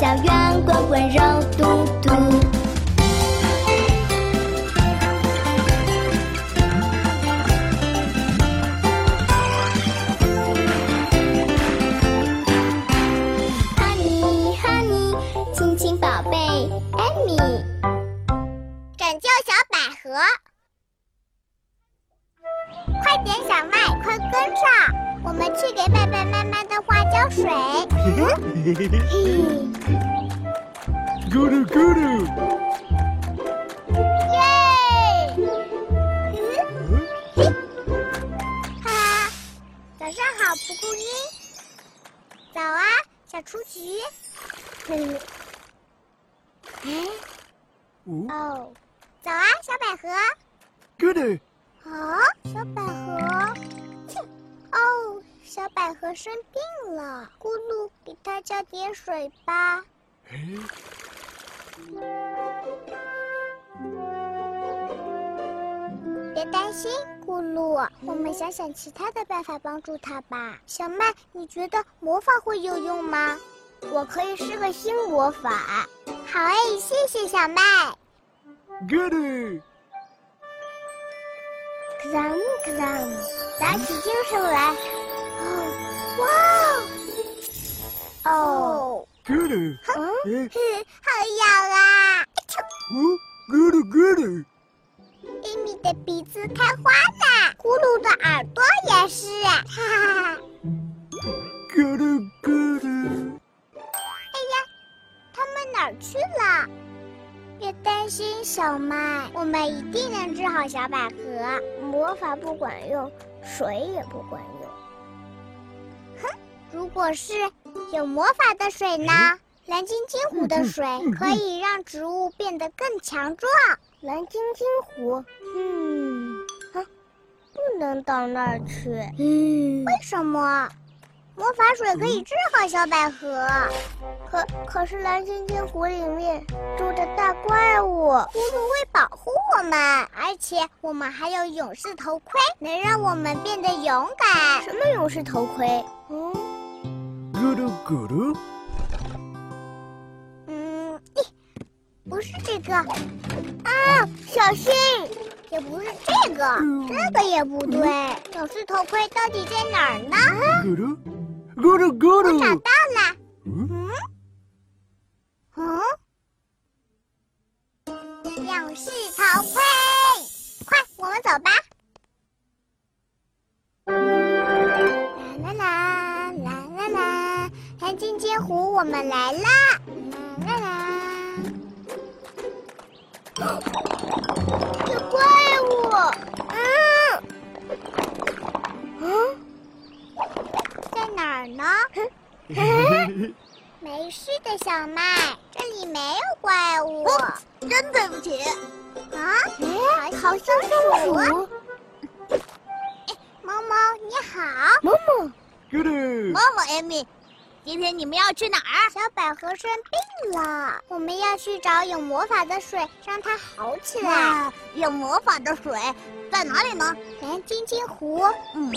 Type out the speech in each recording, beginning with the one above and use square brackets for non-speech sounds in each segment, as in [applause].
小圆滚滚肉嘟嘟。Honey Honey，亲亲宝贝，Amy。拯救小百合！快点，小麦，快跟上！我们去给贝贝妈妈的花浇水。咕噜咕噜。耶！嗯哈哈，啊早上好，蒲公英。早啊，小雏菊。哎，哦，哦，早啊，小百合。咕噜，哦，小百合，哼哦，小百合生病了，咕噜给它加点水吧。哎，别担心，咕噜，我们想想其他的办法帮助它吧。小麦，你觉得魔法会有用吗？我可以试个新魔法。好哎，谢谢小麦。咕噜，克朗克朗，打起精神来。哦，哇哦！哦，咕噜，嗯，哎，好痒啊！哦，咕噜咕噜，艾米的鼻子开花啦，咕噜的耳朵也是，哈哈哈！咕噜咕噜，哎他们哪儿去了？别担心，小麦，我们一定能治好小百合。魔法不管用，水也不管用。哼，如果是有魔法的水呢？蓝晶晶湖的水可以让植物变得更强壮。蓝晶晶湖，嗯，啊，不能到那儿去。嗯，为什么？魔法水可以治好小百合。可可是蓝晶晶湖里面住着大怪物，咕噜会保护我们，而且我们还有勇士头盔，能让我们变得勇敢。什么勇士头盔？嗯咕噜咕噜，嗯，咦不是这个啊，小心！也不是这个，这个也不对。勇士头盔到底在哪儿呢？咕噜，咕噜咕我找噜，到了。嗯，嗯，勇士头盔，快，我们走吧。啦啦啦啦啦啦，蓝晶晶湖，我们来啦！啦啦啦，有怪物！嗯，嗯，在哪儿呢？没事的，小麦，这里没有怪物。真对不起，啊，好像鼠。哎， [laughs] 猫猫你好，咕噜猫，猫艾米，今天你们要去哪儿？小百合生病了，啊我们要去找有魔法的水，让它好起来。哇，有魔法的水在哪里呢？蓝晶晶湖，嗯，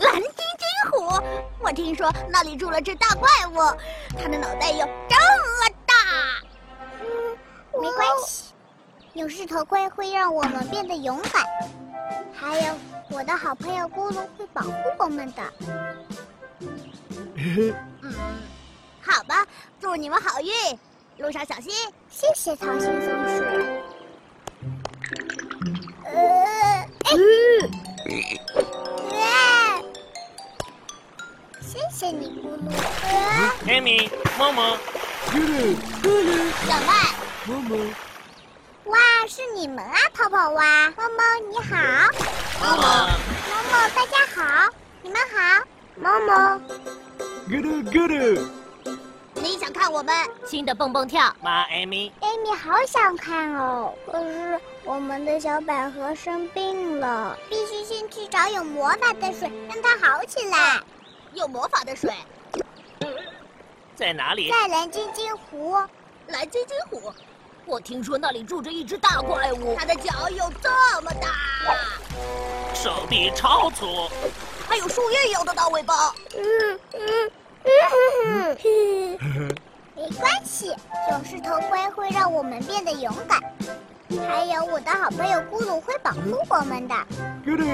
蓝晶晶湖。我听说那里住了只大怪物，它的脑袋有这么大。嗯没关系，勇士头盔会让我们变得勇敢，还有我的好朋友咕噜会保护我们的。嘿嗯，好吧，祝你们好运，路上小心。谢谢桃心松鼠。呃，哎，谢谢你，咕噜。呃， Amy，默默，咕噜咕噜，小麦，妈妈，哇，是你们啊，泡泡蛙、猫猫你好，默默，猫猫大家好，你们好，猫猫。咕噜咕噜，你想看我们新的蹦蹦跳？妈，Amy，艾米好想看哦，可是我们的小百合生病了，必须先去找有魔法的水，让它好起来。有魔法的水，在哪里？在蓝晶晶湖。蓝晶晶湖。我听说那里住着一只大怪物，它的脚有这么大，手臂超粗，还嗯有树叶有的大尾巴。嗯嗯嗯，呵呵没关系，勇士头盔会让我们变得勇敢，还有我的好朋友咕噜会保护我们的。咕噜。